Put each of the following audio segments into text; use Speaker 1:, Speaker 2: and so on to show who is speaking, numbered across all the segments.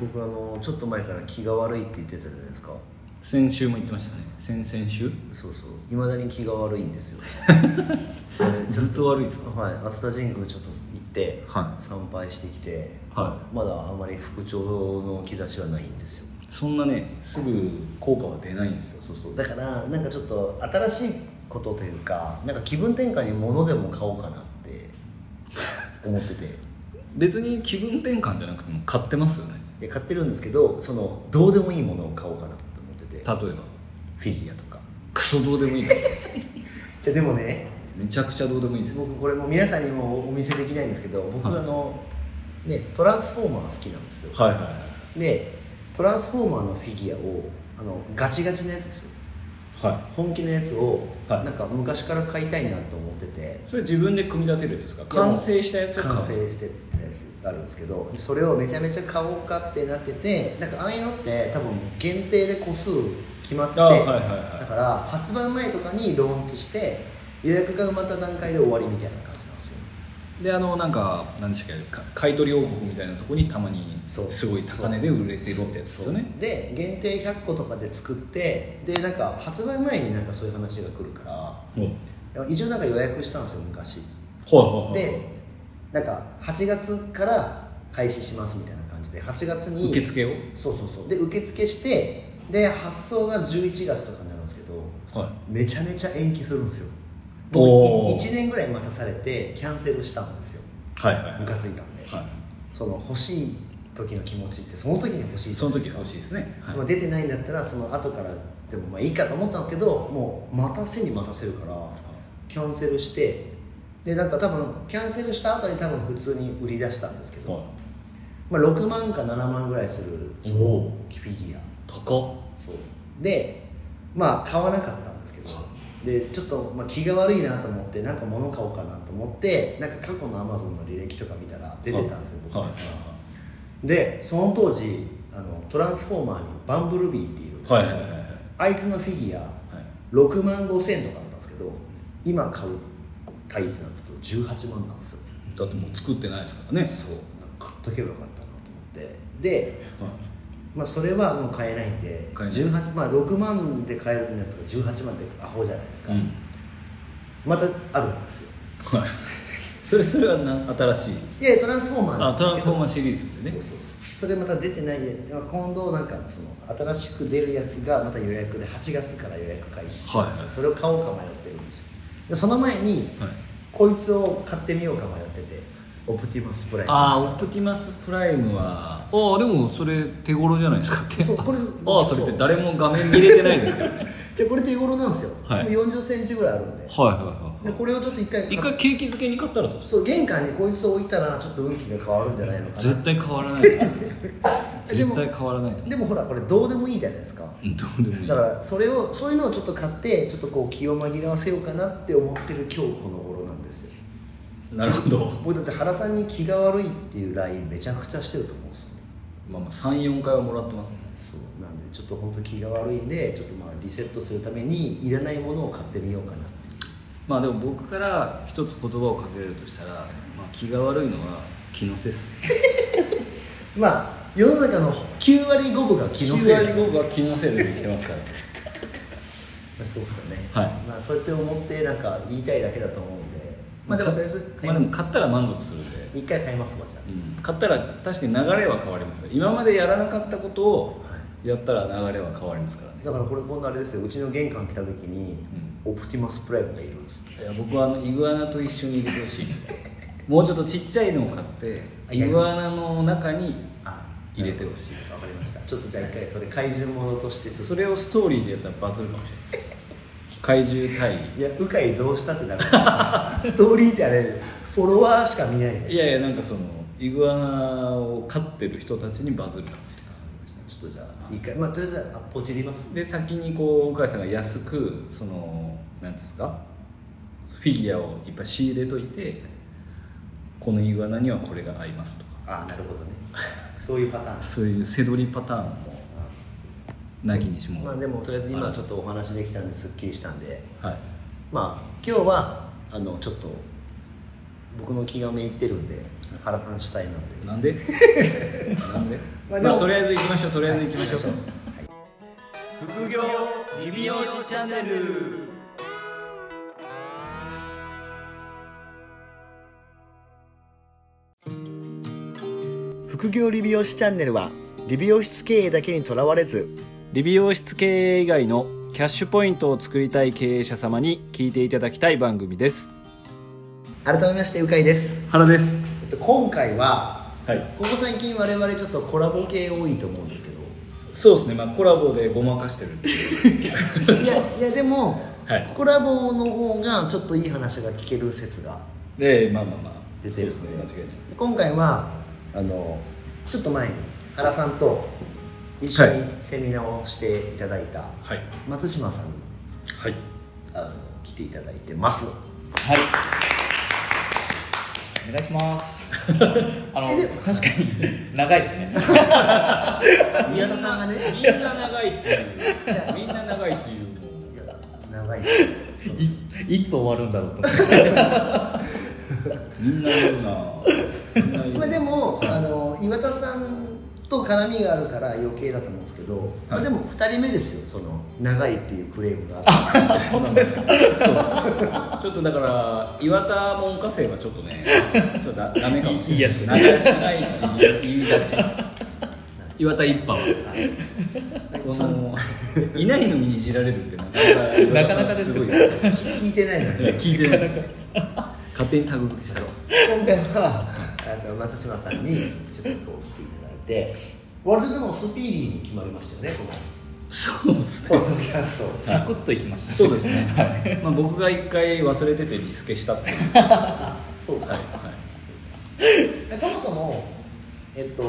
Speaker 1: 僕あのちょっと前から気が悪いって言ってたじゃないですか
Speaker 2: 先週も言ってましたね先々週
Speaker 1: そうそういまだに気が悪いん ですよでちょ
Speaker 2: ずっと悪いですか
Speaker 1: はい熱田神宮ちょっと行って、
Speaker 2: は
Speaker 1: 参拝してきて、
Speaker 2: は
Speaker 1: まだあまり復調の兆しはないんですよ
Speaker 2: そんなねすぐ効果は出ないんですよ
Speaker 1: そうそうだからなんかちょっと新しいことというかなんか気分転換に物でも買おうかなって思って て
Speaker 2: 別に気分転換じゃなくても買ってますよね
Speaker 1: で買ってるんですけどそのどうでもいいものを買おうかなって思ってて
Speaker 2: 例えば
Speaker 1: フィギュアとか
Speaker 2: クソどうでもいいんですよ
Speaker 1: じゃでもね
Speaker 2: めちゃくちゃどうでもいいんですよ
Speaker 1: 僕これもう皆さんにもお見せできないんですけど僕
Speaker 2: はい
Speaker 1: あの、ね、トランスフォーマーが好きなんですよ
Speaker 2: はいはいは
Speaker 1: でトランスフォーマーのフィギュアをあのガチガチのやつですよ
Speaker 2: いは
Speaker 1: 本気のやつを、
Speaker 2: はい
Speaker 1: なんか昔から買いたいなと思ってて
Speaker 2: いそれ自分で組み立てるんですか完成したやつを買う
Speaker 1: 完成してたやつがあるんですけどそれをめちゃめちゃ買おうかってなっててなんかああいうのって多分限定で個数決まって、
Speaker 2: あはいはいはい
Speaker 1: だから発売前とかにローンチして予約が埋まった段階で終わりみたいな感じなんですよ
Speaker 2: であのなんか何でしたっけか買い取り王国みたいなとこにたまに
Speaker 1: そう
Speaker 2: すごい高値で売れてるってやつですよね
Speaker 1: で限定100個とかで作ってでなんか発売前になんかそういう話が来るから
Speaker 2: ほう
Speaker 1: 一応なんか予約したんですよ昔
Speaker 2: ほうほうほう
Speaker 1: でなんか8月から開始しますみたいな感じで8月に
Speaker 2: 受付を
Speaker 1: そうそうそうで受付してで発送が11月とかになるんですけど
Speaker 2: は
Speaker 1: めちゃめちゃ延期するんですよ
Speaker 2: おー
Speaker 1: 僕1年ぐらい待たされてキャンセルしたんですよ
Speaker 2: いはいはい
Speaker 1: ムカついたんで、
Speaker 2: はい
Speaker 1: その欲しい時の気持ちってその時に欲しい
Speaker 2: その時は欲しいですね、はい
Speaker 1: まあ、出てないんだったらその後からでもまあいいかと思ったんですけどもう待たせに待たせるからキャンセルしてでなんか多分キャンセルした後に多分普通に売り出したんですけど、
Speaker 2: は
Speaker 1: まあ、6万か7万ぐらいするその
Speaker 2: おー
Speaker 1: フィギュア
Speaker 2: い高っ
Speaker 1: そうでまあ買わなかったんですけどでちょっとまあ気が悪いなと思ってなんか物買おうかなと思ってなんか過去のアマゾンの履歴とか見たら出てたんですよ僕の
Speaker 2: はい
Speaker 1: やつがでその当時あのトランスフォーマーにバンブルビーっていう、
Speaker 2: はいはいはいはいはい
Speaker 1: あいつのフィギュア6万5千とかだったんですけど今買うタイプなんだけど18万なんですよ
Speaker 2: だってもう作ってないですからね
Speaker 1: そうなんか買っとけばよかったなと思ってで、まあ、それはもう買えないんで
Speaker 2: 買えない
Speaker 1: 18、まあ、6万で買えるやつが18万ってアホじゃないですか、
Speaker 2: うん
Speaker 1: またあるんですよ
Speaker 2: はいそれそれはな新しい
Speaker 1: でトランスフォーマーな
Speaker 2: あ
Speaker 1: ん
Speaker 2: トラン
Speaker 1: で
Speaker 2: ス
Speaker 1: すけ
Speaker 2: フォー
Speaker 1: ど
Speaker 2: マーシリーズでね
Speaker 1: そうそうそうそれまた出てないやでまあ今度なんかその新しく出るやつがまた予約で8月から予約開始してます、
Speaker 2: はいはい
Speaker 1: それを買おうか迷ってるんですよでその前に、
Speaker 2: はい
Speaker 1: こいつを買ってみようか迷っててオプティマスプライム
Speaker 2: ああオプティマスプライムはああでもそれ手頃じゃないですかって
Speaker 1: そうこれ
Speaker 2: ああそれって誰も画面見れてないですけ どねはい
Speaker 1: じゃあこれ手頃なんですよ、
Speaker 2: はい
Speaker 1: もう4 0ンチぐらいあるんで
Speaker 2: はいはい
Speaker 1: でこれをちょっと一回買っ
Speaker 2: 一回景気づけに買ったらどうす
Speaker 1: そう玄関にこいつを置いたらちょっと運気が変わるんじゃないのかな
Speaker 2: 絶対変わらない絶対変わらないと思
Speaker 1: でもほらこれどうでもいいじゃないですか
Speaker 2: ううんどうでもいい
Speaker 1: だからそれをそういうのをちょっと買ってちょっとこう気を紛らわせようかなって思ってる今日この頃なんですよ
Speaker 2: なるほど
Speaker 1: 僕だって原さんに気が悪いっていう LINE めちゃくちゃしてると思うんですよね
Speaker 2: まあまあ34回はもらってますね
Speaker 1: そうなんでちょっと本当気が悪いんでちょっとまあリセットするためにいらないものを買ってみようかなって
Speaker 2: まあでも僕から一つ言葉をかけれるとしたら、まあ、気が悪いのは気のせいっす
Speaker 1: まあ世の中の9割5分が気のせいです
Speaker 2: 9割5分は気のせいでできてますから
Speaker 1: そうっすよね、
Speaker 2: はい
Speaker 1: まあ、そうやって思ってなんか言いたいだけだと思うんでまあでもとりあえず買い
Speaker 2: まあ
Speaker 1: ま
Speaker 2: でも
Speaker 1: す
Speaker 2: 買ったら満足するんで、
Speaker 1: 一回買いますわじゃ
Speaker 2: うん、買ったら確かに流れは変わりますから今までやらなかったことを
Speaker 1: あ、は
Speaker 2: やったら流れは変わりますからね
Speaker 1: い、だからこれ今度あれですようちの玄関来た時に、オプティマスプライムがいるんです
Speaker 2: いや僕はあのイグアナと一緒に入れてほ しいもうちょっとちっちゃいのを買って
Speaker 1: あい
Speaker 2: イ
Speaker 1: や
Speaker 2: グアナの中に
Speaker 1: あ
Speaker 2: 入れてほしい
Speaker 1: わかりましたちょっとじゃあ一回それ怪獣ものとしてちょっと
Speaker 2: それをストーリーでやったらバズるかもしれない怪獣対
Speaker 1: いや鵜飼どうしたってなる ストーリーってあれフォロワーしか見ない
Speaker 2: いやいやなんかそのイグアナを飼ってる人たちにバズるかもしれ
Speaker 1: ちょっとじゃあ一回まあとりあえずあポチります
Speaker 2: ないで先にこう鵜飼さんが安くそのなんていうんですかフィギュアをいっぱい仕入れといてこのイグアナにはこれが合いますとか
Speaker 1: あなるほどねそういうパターン
Speaker 2: そういう背取りパターンもなきに しも
Speaker 1: まあでもとりあえず今ちょっとお話できたんですっきりしたんで
Speaker 2: はい
Speaker 1: まあ今日はあのちょっと 僕の気がめいってるんで腹パンしたいなんで、
Speaker 2: なんでなんで
Speaker 1: まあ、まあで
Speaker 2: まあ、
Speaker 1: も
Speaker 2: とりあえず行きましょうとりあえず行きましょう、
Speaker 3: 副業リビオシチャンネル
Speaker 4: 副業理美容師チャンネルは理美容室経営だけにとらわれず
Speaker 2: 理美容室経営以外のキャッシュポイントを作りたい経営者様に聞いていただきたい番組です
Speaker 1: 改めましてうかいです、
Speaker 2: 原です
Speaker 1: えっと、今回は
Speaker 2: はい
Speaker 1: ここ最近我々ちょっとコラボ系多いと思うんですけど
Speaker 2: そうですねまあコラボでごまかしてるっていう
Speaker 1: いやいやでも、
Speaker 2: はい
Speaker 1: コラボの方がちょっといい話が聞ける説が
Speaker 2: でまあまあまあ
Speaker 1: 出てる
Speaker 2: そ
Speaker 1: の
Speaker 2: うですね間違いない
Speaker 1: 今回はあのちょっと前に原さんと一緒
Speaker 2: は
Speaker 1: に
Speaker 2: い
Speaker 1: セミナーをしていただいた
Speaker 2: はい
Speaker 1: 松島さんに
Speaker 2: はい
Speaker 1: あの来ていただいて ます
Speaker 5: はい。お願い します。あの、確かに、長いですね。
Speaker 1: 宮田さんがね
Speaker 2: みんな長いっていうみんな長いっていうも
Speaker 1: いや長い
Speaker 5: いつ終わるんだろうと思って。
Speaker 2: う みんな言うなみん
Speaker 1: ま
Speaker 2: な
Speaker 1: あで
Speaker 2: 言う
Speaker 1: もあの岩田さんと絡みがあるから余計だと思うんですけど、まあ、でも2人目ですよその長いっていうクレーム があっ
Speaker 5: 本当ですか。
Speaker 2: ちょっとだから岩田文科生はちょっとねちょっとだダメかもしれない
Speaker 5: いいいやつね
Speaker 2: 長い長いって言い言いがち岩田一派はこのいないのにいじられるってなかなか
Speaker 5: なかなかですよ
Speaker 2: ごいです
Speaker 1: て
Speaker 2: ね
Speaker 1: 聞いてないのに
Speaker 2: いや聞いてない勝手にタグ付けしたろ
Speaker 1: 今回はあの松島さんにちょっとこう来ていただいて割とでもスピーディーに決まりましたよねこの
Speaker 2: そうです
Speaker 1: ポッド
Speaker 2: ね
Speaker 1: キャスト
Speaker 5: サクッといきました。
Speaker 2: そうですね、はいまあ、僕が一回忘れててリスケしたっていう、
Speaker 1: そうか、えそもそもえっと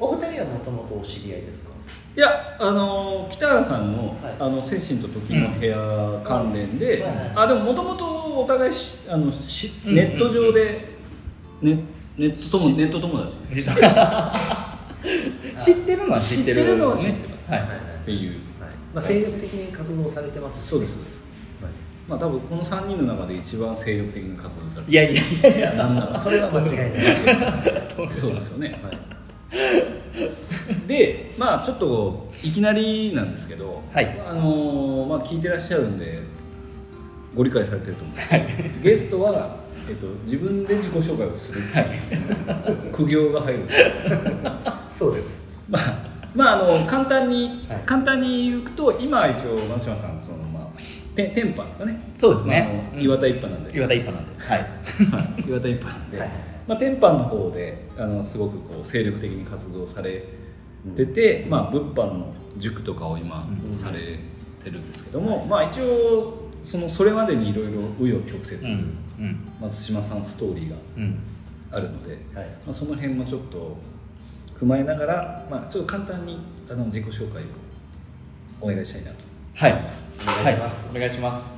Speaker 1: お二人はもともとお知り合いですか
Speaker 2: いやあの北原さんの,、
Speaker 1: はい
Speaker 2: あの精神と時の部屋関連で、
Speaker 1: うんはいはい
Speaker 2: あでももともとお互いしあのし
Speaker 5: うんうん
Speaker 2: ネット上で、ねネットともネット友達でしたっ
Speaker 5: 知ってるのは知って
Speaker 2: 知
Speaker 5: る。
Speaker 2: ってるのは知ってます
Speaker 5: はい。
Speaker 1: はいはい
Speaker 2: ていう
Speaker 1: まあ、精力的に活動されてます
Speaker 2: そうですそうですまあ多分この3人の中で一番精力的に活動されて
Speaker 5: いやいやいやいや。
Speaker 2: るなん なら
Speaker 1: それは間違いないですよ、は
Speaker 2: そうですよね
Speaker 1: い、
Speaker 2: でまあちょっといきなりなんですけど、
Speaker 5: はい
Speaker 2: あのーまあ、聞いてらっしゃるんでご理解されてると思うんですけど、ゲストは、えっと、自分で自己紹介をする、苦行が入るんですよ
Speaker 1: そうです
Speaker 2: まあ、まあ、あの簡単に、
Speaker 1: はい
Speaker 2: 簡単に言うと今一応松島さんその、まあ、て天派ですかね
Speaker 5: そうですね
Speaker 2: まああの岩田一派なんで
Speaker 5: 岩田一派なんで。はい。
Speaker 2: はい岩田一派なんで、
Speaker 1: はい
Speaker 2: まあ、天板の方であのすごくこう精力的に活動されてて、まあ、物販の塾とかを今
Speaker 1: うん
Speaker 2: されてるんですけども、まあ、一応そのそれまでにいろいろ紆余曲
Speaker 5: う
Speaker 2: 折、
Speaker 5: ん。うん。
Speaker 2: 松島さんストーリーが
Speaker 5: うん。
Speaker 2: あるので、
Speaker 1: はい
Speaker 2: まあ、その辺もちょっと踏まえながら、まあ、ちょっと簡単にあの自己紹介をお願いしたいなと
Speaker 5: はい。
Speaker 1: お願いします
Speaker 5: はい、お願いします。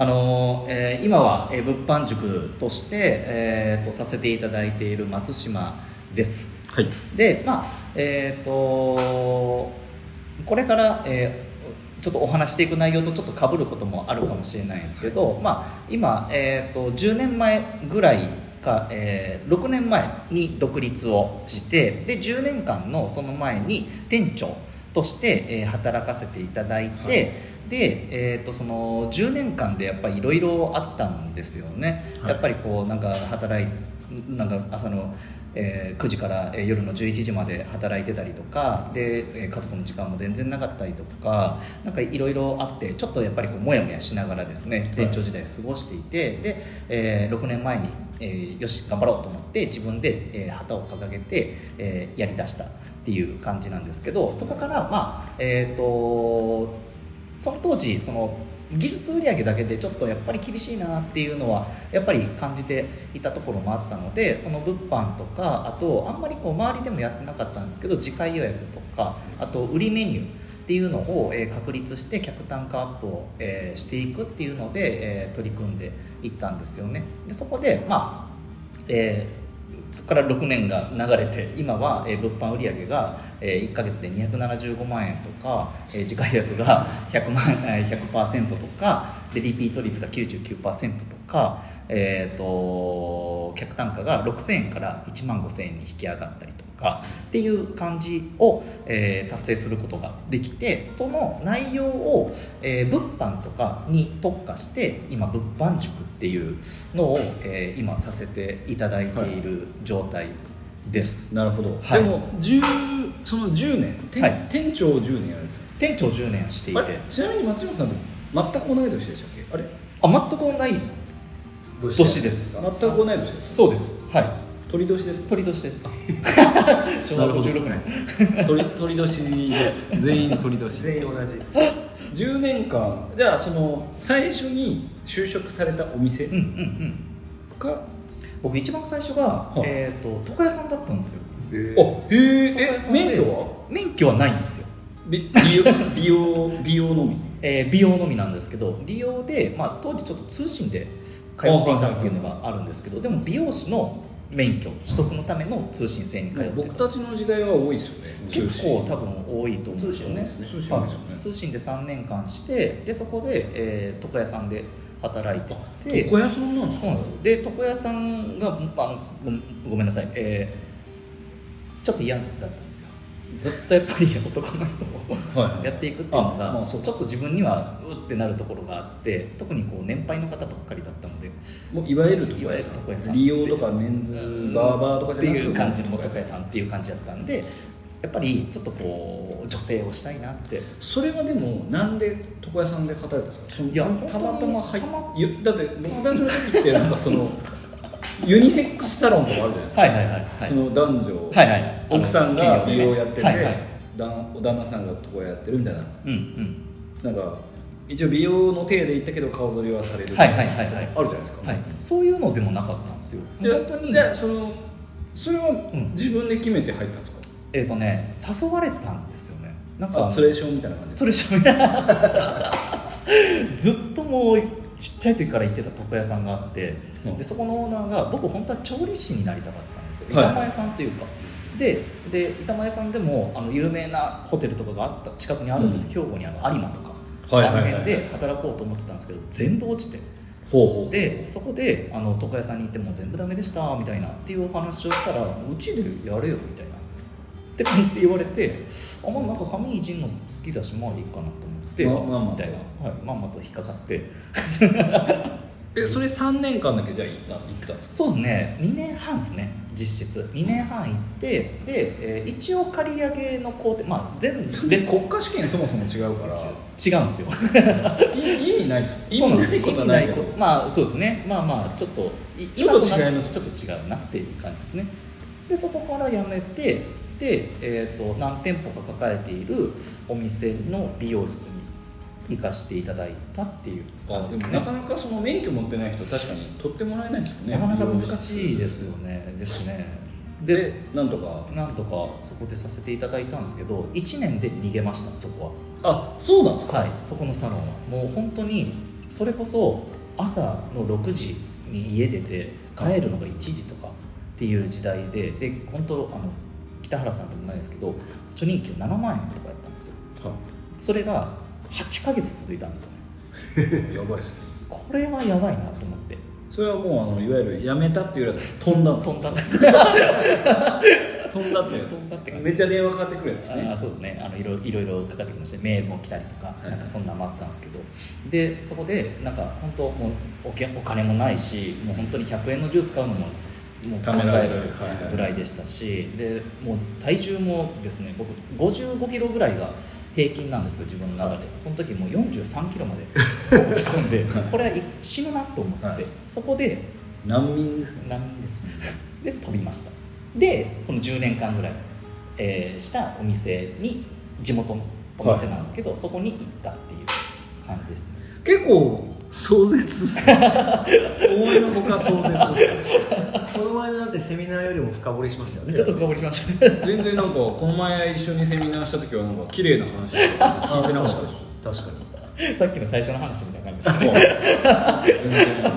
Speaker 5: あのーえー今は、えー物販塾として、えー、とさせていただいている松島です。
Speaker 2: はい
Speaker 5: でまあえっ、とこれから、えーちょっとお話していく内容とちょっとかぶることもあるかもしれないんですけど、まあ、今、えー、と10年前ぐらいか、えー6年前に独立をしてで10年間のその前に店長として、えー働かせていただいて、で、えー、とその10年間でやっぱりいろいろあったんですよね。
Speaker 2: はい
Speaker 5: やっぱりこうなんか働いなんか朝の、えー9時から、えー夜の11時まで働いてたりとかで、えー家族の時間も全然なかったりとかなんかいろいろあってちょっとやっぱりこうモヤモヤしながらですね店長時代を過ごしていてで、え6年前に、えーよし頑張ろうと思って自分で、えー旗を掲げて、えーやりだしたっていう感じなんですけどそこからまあえっ、とその当時その技術売上だけでちょっとやっぱり厳しいなっていうのはやっぱり感じていたところもあったのでその物販とかあとあんまりこう周りでもやってなかったんですけど次回予約とかあと売りメニューっていうのを、えー確立して客単価アップを、えーしていくっていうので、えー取り組んでいったんですよね。でそこで、まあえーそこから6年が流れて今は、えー物販売上が、え1ヶ月で275万円とか、えー次回予約が100万、 えー100%とかでリピート率が99%とか、えー、と客単価が6000円から1万5000円に引き上がったりとかっていう感じを、えー達成することができてその内容を、えー物販とかに特化して今物販塾っていうのを、えー今させていただいている状態です、
Speaker 2: なるほど、
Speaker 5: はい
Speaker 2: でも10その10年、店
Speaker 5: はい
Speaker 2: 店長を10年やられてたんで
Speaker 5: 店長10年して
Speaker 2: す
Speaker 5: いて
Speaker 2: かあれちなみに松島さんと全く同い年でしたっけあれ
Speaker 5: あ全くない
Speaker 1: どうして
Speaker 5: 年です
Speaker 2: 全く同い年です
Speaker 5: そうですはい
Speaker 2: 鳥年です か
Speaker 5: 鳥年です昭和56年
Speaker 2: 鳥鳥年です全員鳥年
Speaker 1: 全員同じ
Speaker 2: 10年間じゃあその最初に就職されたお店
Speaker 5: うんうんうん
Speaker 2: か、
Speaker 5: 僕一番最初が、
Speaker 2: い
Speaker 5: えー、と床屋さんだったんですよ
Speaker 2: あへえ
Speaker 5: 床屋
Speaker 2: え
Speaker 5: さんで
Speaker 2: 免許は
Speaker 5: 免許はないんですよ、
Speaker 2: び美容 美容美容のみ
Speaker 5: えー美容のみなんですけど利用で、まあ、当時ちょっと通信で通っていたっていうのがあるんですけどでも美容師の免許取得のための通信制に通って
Speaker 2: 僕
Speaker 5: た
Speaker 2: たちの時代は多いですよね
Speaker 5: 結構多分多いと思うんですよね
Speaker 2: 通信通信多いですよね
Speaker 5: はい通信で3年間してでそこで、えー床屋さんで働いてて
Speaker 2: 床屋さんなんです
Speaker 5: そう
Speaker 2: か
Speaker 5: なんですよで床屋さんがあのごごめんなさい、えーちょっと嫌だったんですよずっとやっぱり男の人を
Speaker 2: はい
Speaker 5: やっていくっていうのが、
Speaker 2: あまあそう
Speaker 5: ちょっと自分にはうってなるところがあって特にこう年配の方ばっかりだったので
Speaker 2: もういわゆる床
Speaker 5: いわ
Speaker 2: 屋
Speaker 5: ゆる
Speaker 2: さん
Speaker 5: 床屋さん
Speaker 2: 利用とかメンズバーバーとか
Speaker 5: っ
Speaker 2: じ
Speaker 5: て
Speaker 2: ゃなく
Speaker 5: いう感じの床屋さんっていう感じだったんでやっぱりちょっとこう女性をしたいなって
Speaker 2: それはでもなんで床屋さんで働いたんですかその
Speaker 5: いや
Speaker 2: たまたま入った
Speaker 5: ま
Speaker 2: ゆだって僕たちの時ってなんかそ のユニセックスサロンとかあるじゃないですか、
Speaker 5: はいはいはいはい
Speaker 2: その男女、
Speaker 5: はいはい
Speaker 2: 奥さんが美容やってて、
Speaker 5: はいはい
Speaker 2: 旦お旦那さんが床屋やってるみたいな
Speaker 5: うんうん
Speaker 2: なんか一応美容の体で行ったけど顔剃りはされる
Speaker 5: はいはいはいはい
Speaker 2: あるじゃないですか、
Speaker 5: はい、そういうのでもなかったんですよ
Speaker 2: で
Speaker 5: 本当に
Speaker 2: でそのそれは
Speaker 5: ん
Speaker 2: 自分で決めて入ったんですか、
Speaker 5: えっ、とね誘われたんですよねなん
Speaker 2: あ
Speaker 5: か
Speaker 2: ツレーションみたいな感じです
Speaker 5: それしょずっともうちっちゃい時から行ってた床屋さんがあって、
Speaker 2: うん
Speaker 5: でそこのオーナーが僕本当は調理師になりたかったんですよ
Speaker 2: はい
Speaker 5: 板前さんというか、でで板前さんでもあの有名なホテルとかがあった近くにあるんです、
Speaker 2: うん
Speaker 5: 兵庫にあの有馬とか、
Speaker 2: はいはいはい
Speaker 5: あの辺で働こうと思ってたんですけど全部落ちて
Speaker 2: ほうほう
Speaker 5: でそこであの床屋さんに行ってもう全部ダメでしたみたいなっていうお話をしたらうちでやれよみたいなって感じで言われてあまあなんか髪いじんの好きだしまあいいかなと思って
Speaker 2: まあまあまあ
Speaker 5: みたいな、はい、まんまと引っかかって
Speaker 2: えそれ3年間だけじゃあ行った行ったんですか
Speaker 5: そうですね2年半ですね実質2年半行ってで、えー一応借り上げの工程まあ全部レッスン
Speaker 2: 国家試験そもそも違うから
Speaker 5: 違うんですよ
Speaker 2: い意味ないですよ意
Speaker 5: そう
Speaker 2: 味
Speaker 5: んです
Speaker 2: ないことはないけど
Speaker 5: 意味ことまあそうですねまあまあちょっとい
Speaker 2: ちょっと
Speaker 5: 今な
Speaker 2: 違います
Speaker 5: ちょっと違うなっていう感じですねでそこから辞めてで、えー、と何店舗か抱えているお店の美容室に行かしていただいたっていう
Speaker 2: あ
Speaker 5: 感
Speaker 2: で
Speaker 5: じで
Speaker 2: も
Speaker 5: すね
Speaker 2: なかなかその免許持ってない人確かに取ってもらえないですよね
Speaker 5: なかなか難しいですよねですね
Speaker 2: で
Speaker 5: で
Speaker 2: なんとか
Speaker 5: なんとかそこでさせていただいたんですけど1年で逃げましたそこは
Speaker 2: あそうなんですか
Speaker 5: はい、そこのサロンはもう本当にそれこそ朝の6時に家出て帰るのが1時とかっていう時代でで本当あの北原さんでもないですけど初任給7万円とかやったんですよそれが8ヶ月続いたんですよ
Speaker 2: は
Speaker 5: ね
Speaker 2: いやばいですね
Speaker 5: これはやばいなと思って
Speaker 2: それはもうあのいわゆるやめたっていうやつ飛んだんです
Speaker 5: 飛んだ
Speaker 2: 飛んだっていう
Speaker 5: 飛んだって感じ
Speaker 2: めっちゃ電話かかってくるやつです
Speaker 5: あ
Speaker 2: ね
Speaker 5: ーそうですねあのいろいろいろかかってきましてメールも来たりとか、
Speaker 2: い
Speaker 5: なんかそんなのもあったんですけどでそこでなんか本当もうおけお金もないしもう本当に100円のジュース買うのももう考
Speaker 2: ためられる
Speaker 5: えるぐらいでしたしでもう体重もですね僕55キロぐらいが平均なんですけど自分の中でその時もう43キロ まで落ち込んでこれはい死ぬなと思って、
Speaker 2: はい
Speaker 5: そこで
Speaker 2: 難民ですね
Speaker 5: 難民ですねで飛びましたでその10年間ぐらい、えーしたお店に地元のお店なんですけど、そこに行ったっていう感じですね
Speaker 2: 結構壮絶っす ね思いのほか壮絶っすね
Speaker 1: この前のだってセミナーよりも深掘りしましたよね
Speaker 5: ちょっと深掘りしました
Speaker 2: 全然なんかこの前一緒にセミナーした時はなんか綺麗な話してたのに聞いてなかったです
Speaker 1: あ確かに確か
Speaker 5: さっきの最初の話みたいな感じです
Speaker 2: もう
Speaker 5: ね
Speaker 2: 全然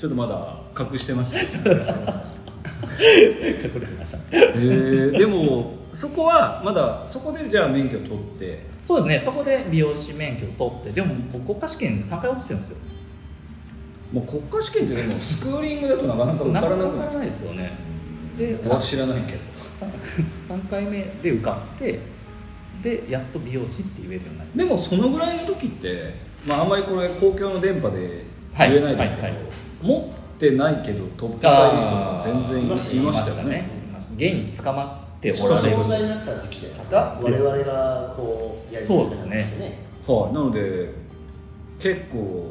Speaker 2: ちょっとまだ隠してましたね
Speaker 5: 隠れてました
Speaker 2: えーでもそこはまだそこでじゃあ免許取って
Speaker 5: そうですねそこで美容師免許取ってでも僕国家試験3回落ちてるんですよ
Speaker 2: もう国家試験ってでもスクーリングだとなかなか受からなくない
Speaker 5: ないですよね
Speaker 2: で
Speaker 5: です
Speaker 2: か僕は知らないけど
Speaker 5: 3回目で受かってでやっと美容師って言えるようになりま
Speaker 2: でもそのぐらいの時って、まあ、あんまりこれ公共の電波で
Speaker 5: はい
Speaker 2: 言えないですけど、
Speaker 5: はいはい
Speaker 2: 持ってないけどトップ
Speaker 5: した
Speaker 2: サイリストも全然いま
Speaker 5: あー
Speaker 2: したよね
Speaker 5: いましたね現に捕まって
Speaker 1: そ
Speaker 5: お
Speaker 1: の
Speaker 5: られる
Speaker 1: 問題になった時期じゃないですか
Speaker 5: で
Speaker 1: 我
Speaker 5: す
Speaker 1: 々がこうやりたいことになって
Speaker 5: そうです
Speaker 1: ね
Speaker 2: はいなので結構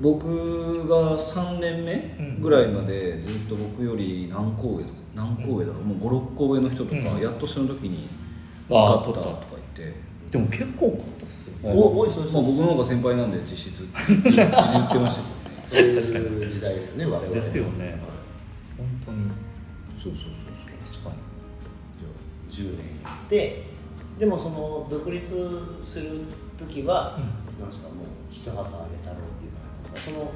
Speaker 2: 僕が3年目ぐらいまでずっと僕より何校上とか何校上だろう、もう56校上の人とか、
Speaker 5: うん
Speaker 2: やっとその時に受
Speaker 5: あ
Speaker 2: かっ
Speaker 5: ー
Speaker 2: たと
Speaker 5: 取った
Speaker 2: か言って。
Speaker 5: でも結構多かったっすよ
Speaker 1: おおいそうそう
Speaker 2: まあ、僕の方が先輩なんで実 質言ってましたけどね
Speaker 1: そういう時代ですよね我々は
Speaker 5: ですよね本当に
Speaker 2: そうそうそう
Speaker 5: 確かに
Speaker 1: 10年やってでもその独立する時は、なんですかもう一旗あげたろうっていうかなんかその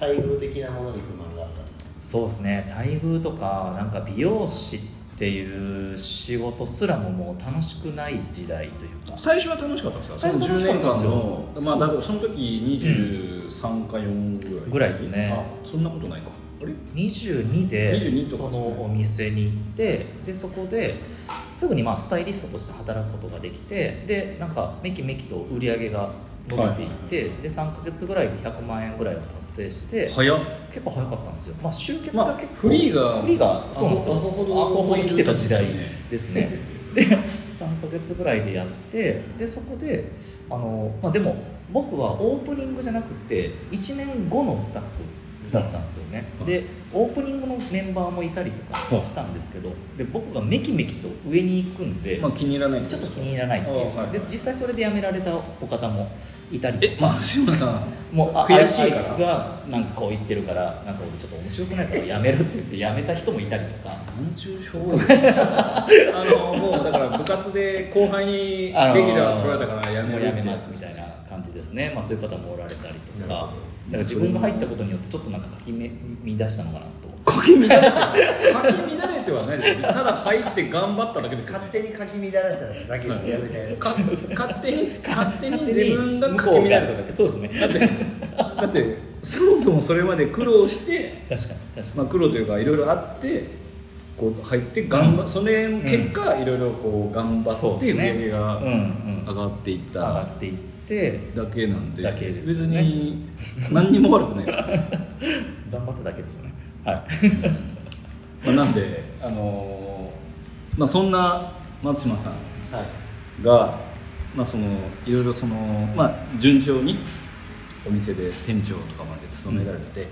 Speaker 1: 待遇的なものに不満があったとか
Speaker 5: そうですね待遇とかなんか美容師っていう仕事すらももう楽しくない時代というか
Speaker 2: 最初は楽しかったんですか
Speaker 5: 最初楽しかったんですよ
Speaker 2: その10年間のまあだからその時23か4ぐらい
Speaker 5: ぐらいですね
Speaker 2: あそんなことないかあれ
Speaker 5: 22で
Speaker 2: 22とか
Speaker 5: そのお店に行ってでそこですぐにまあスタイリストとして働くことができてでなんかめきめきと売り上げが伸びていって、で3か月ぐらいで100万円ぐらいを達成して、
Speaker 2: 早っ
Speaker 5: 結構早かったんですよ、まあ、集客
Speaker 2: ま
Speaker 5: が
Speaker 2: あ
Speaker 5: 結構、
Speaker 2: フリーが
Speaker 5: フリーがそうなんですよ
Speaker 2: アホほど
Speaker 5: アホほど来てた時代
Speaker 2: ですよね
Speaker 5: ですねで3か月ぐらいでやってでそこであの、まあ、でも僕はオープニングじゃなくて1年後のスタッフだったんですよね、
Speaker 2: うん
Speaker 5: でオープニングのメンバーもいたりとか
Speaker 2: うん
Speaker 5: したんですけどで僕がめきめきと上に行くんで、
Speaker 2: まあ気に入らない
Speaker 5: ちょっと気に入らないっていう、
Speaker 2: あはい
Speaker 5: で実際それで辞められたお方もいたりとか
Speaker 2: え松島さん
Speaker 5: もうあ
Speaker 2: 悔しいか
Speaker 5: あいつ
Speaker 2: ら
Speaker 5: がなんかこう言ってるからなんか俺ちょっと面白くないからやめるって言ってやめた人もいたりとか
Speaker 2: なんちゅう表現あのもうだから部活で後輩にレギュ
Speaker 5: あの
Speaker 2: ラー取られたからやめ
Speaker 5: も
Speaker 2: る
Speaker 5: う
Speaker 2: って
Speaker 5: やめますみたいな感じですね、まあ、そういう方もおられたりとかだ
Speaker 1: なる
Speaker 5: か
Speaker 1: ほど
Speaker 5: ら自分が入ったことによってちょっとなんかかきめ乱したのかなと
Speaker 2: かき乱 れてかき乱れてはないですよねただ入って頑張っただけですよ
Speaker 1: 勝
Speaker 2: ね
Speaker 1: 手にかき乱れただけですやめたやつ
Speaker 2: か勝手に勝手に
Speaker 5: 勝手に
Speaker 2: 自分がかき乱れただけです
Speaker 5: そうですね
Speaker 2: だってだってそもそもそれまで苦労して、
Speaker 5: 確かに確
Speaker 2: ま
Speaker 5: か
Speaker 2: あ、苦労というかいろいろあってこう入って頑張、それの結果、いろいろこう頑張
Speaker 5: そう
Speaker 2: っ
Speaker 5: で
Speaker 2: て
Speaker 5: す
Speaker 2: 売
Speaker 5: ね
Speaker 2: り上げが
Speaker 5: にうんうん
Speaker 2: 上がっていっ
Speaker 5: 上が
Speaker 2: た
Speaker 5: っていって
Speaker 2: だけなんで,、
Speaker 5: だけです
Speaker 2: 別
Speaker 5: よね
Speaker 2: に何にも悪くない ですよね、
Speaker 5: 頑張っただけですよねはい
Speaker 2: まあ、なんであのーまあそんな松島さん
Speaker 1: はい
Speaker 2: が、まあ、そのいろいろその、まあ、順調にお店で店長とかまで勤められて、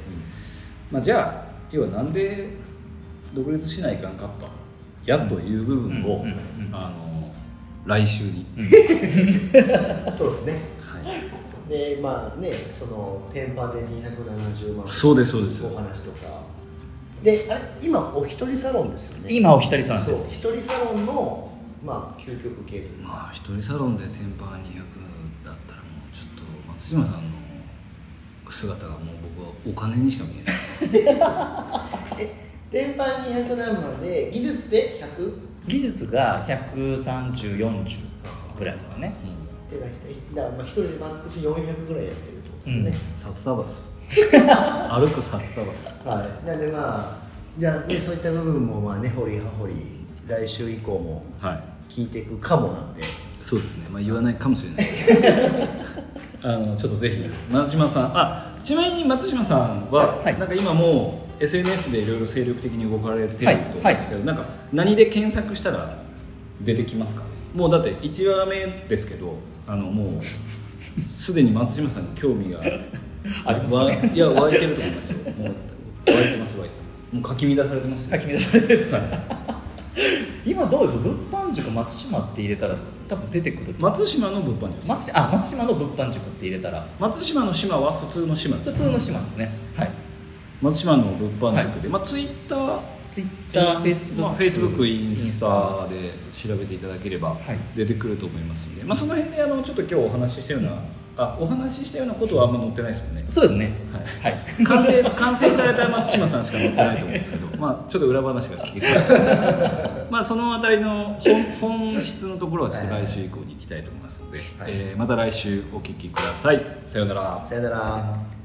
Speaker 2: まあ、じゃあ要はなんで独立しないかんかったやっという部分を、
Speaker 5: うんうんうん
Speaker 2: あの来週に、
Speaker 1: そうですね
Speaker 2: はい、
Speaker 1: でまあねその天パで270万
Speaker 2: そうですそうです
Speaker 1: お話とかであれ今お一人サロンですよね
Speaker 5: 今お一人さん
Speaker 1: そう
Speaker 5: です
Speaker 1: 一人サロンのまあ究極系というか
Speaker 2: まあ一人サロンでテンパー200だったらもうちょっと松島さんの姿がもう僕はお金にしか見えないです
Speaker 1: 天板200何万で技術で 100?
Speaker 5: 技術が13040ぐらいですかね
Speaker 2: うん
Speaker 1: えだだからまあ一人でマックス400ぐらいやってるってことですね、
Speaker 2: 札束っ す歩く札束っす
Speaker 1: はいなんでまあじゃあ、ね、そういった部分もまあね掘り葉掘り来週以降も
Speaker 2: はい
Speaker 1: 聞いていくかもなんで
Speaker 2: そうですねまあ言わないかもしれないです けどあのちょっとぜひ松島さんあちなみに松島さんは、
Speaker 5: はい
Speaker 2: なんか今もう SNS でいろいろ精力的に動かれてると思うんですけど、
Speaker 5: はい
Speaker 2: なんか何で検索したら出てきますかもうだって1話目ですけどあのもうすでに松島さんに興味が
Speaker 5: ありますか
Speaker 2: わいや湧いてると思いますよもう湧いてます湧いてますもうかき乱されてますよ
Speaker 5: かき乱されてる今どうですか物販塾松島って入れたら多分出てくると
Speaker 2: 松島の物販です
Speaker 5: 松あ松島の物販塾って入れたら
Speaker 2: 松島の島は普通の島です
Speaker 5: 普通の島ですねはい
Speaker 2: 松島の物販塾で、まあツイッター
Speaker 5: ツイッターフェイスブッ
Speaker 2: ま
Speaker 5: ク
Speaker 2: あ、Facebook インスタで調べていただければ
Speaker 5: はい
Speaker 2: 出てくると思いますので、まあ、その辺であのちょっと今日お話ししたような、あお話ししたようなことはあんま載ってないですもんね
Speaker 5: そうですね
Speaker 2: は
Speaker 5: はい
Speaker 2: 完成完成された松島さんしか載ってないと思うんですけど、まあ、ちょっと裏話が聞けて まあそのあたりの本本質のところはちょっと来週以降に行きたいと思いますので、えーまた来週お聞きくださいさようなら
Speaker 1: さよなら。